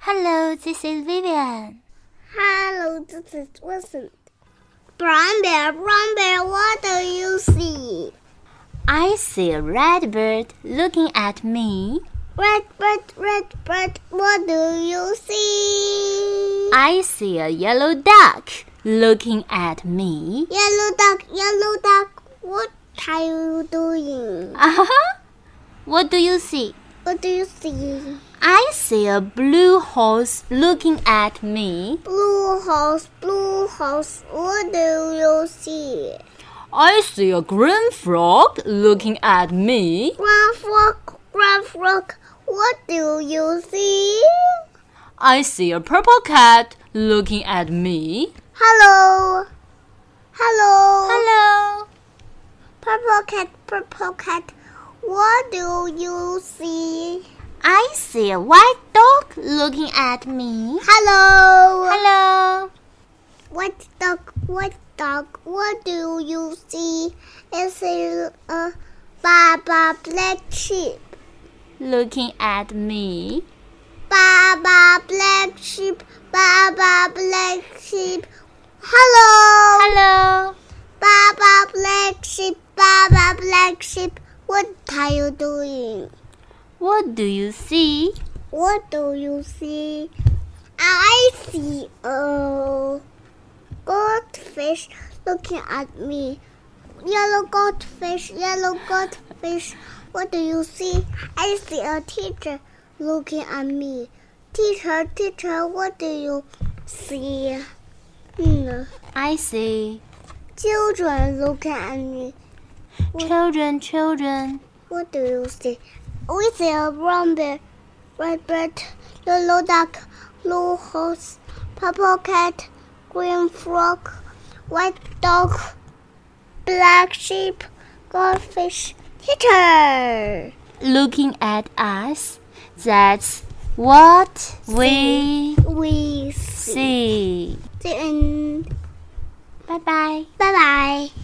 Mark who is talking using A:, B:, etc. A: Hello, this is Vivian.
B: Hello, this is Wilson. Brown bear, brown bear, what do you see?
A: I see a red bird looking at me.
B: Red, red, red, red, what do you see?
A: I see a yellow duck looking at me.
B: Yellow duck, yellow duck, what are you doing?
A: Uh-huh. What do you see?
B: What do you see?
A: I see a blue horse looking at me.
B: Blue house, blue house, what do you see?
A: I see a green frog looking at me.
B: Grand frog, grand frog, what do you see?
A: I see a purple cat looking at me.
B: Hello, hello,
A: Hello.
B: purple cat, purple cat, what do you see?
A: I see a white dog looking at me.
B: Hello,
A: Hello.
B: What dog? What dog? What do you see? Is it a Baba black sheep?
A: Looking at me.
B: Baba black sheep. Baba black sheep. Hello.
A: Hello.
B: Baba black sheep. Baba black sheep. What are you doing?
A: What do you see?
B: What do you see? I see a goldfish looking at me. Yellow goldfish, yellow goldfish. What do you see? I see a teacher looking at me. Teacher, teacher, what do you see? Hmm.
A: I see.
B: Children looking at me.
A: Children, children.
B: What do you see? We see a brown bear, red bird, yellow duck, blue horse, purple cat, green frog, white dog, black sheep, goldfish, teacher.
A: Looking at us. That's what we
B: We mm, see.
A: see.
B: The end.
A: Bye bye.
B: Bye bye.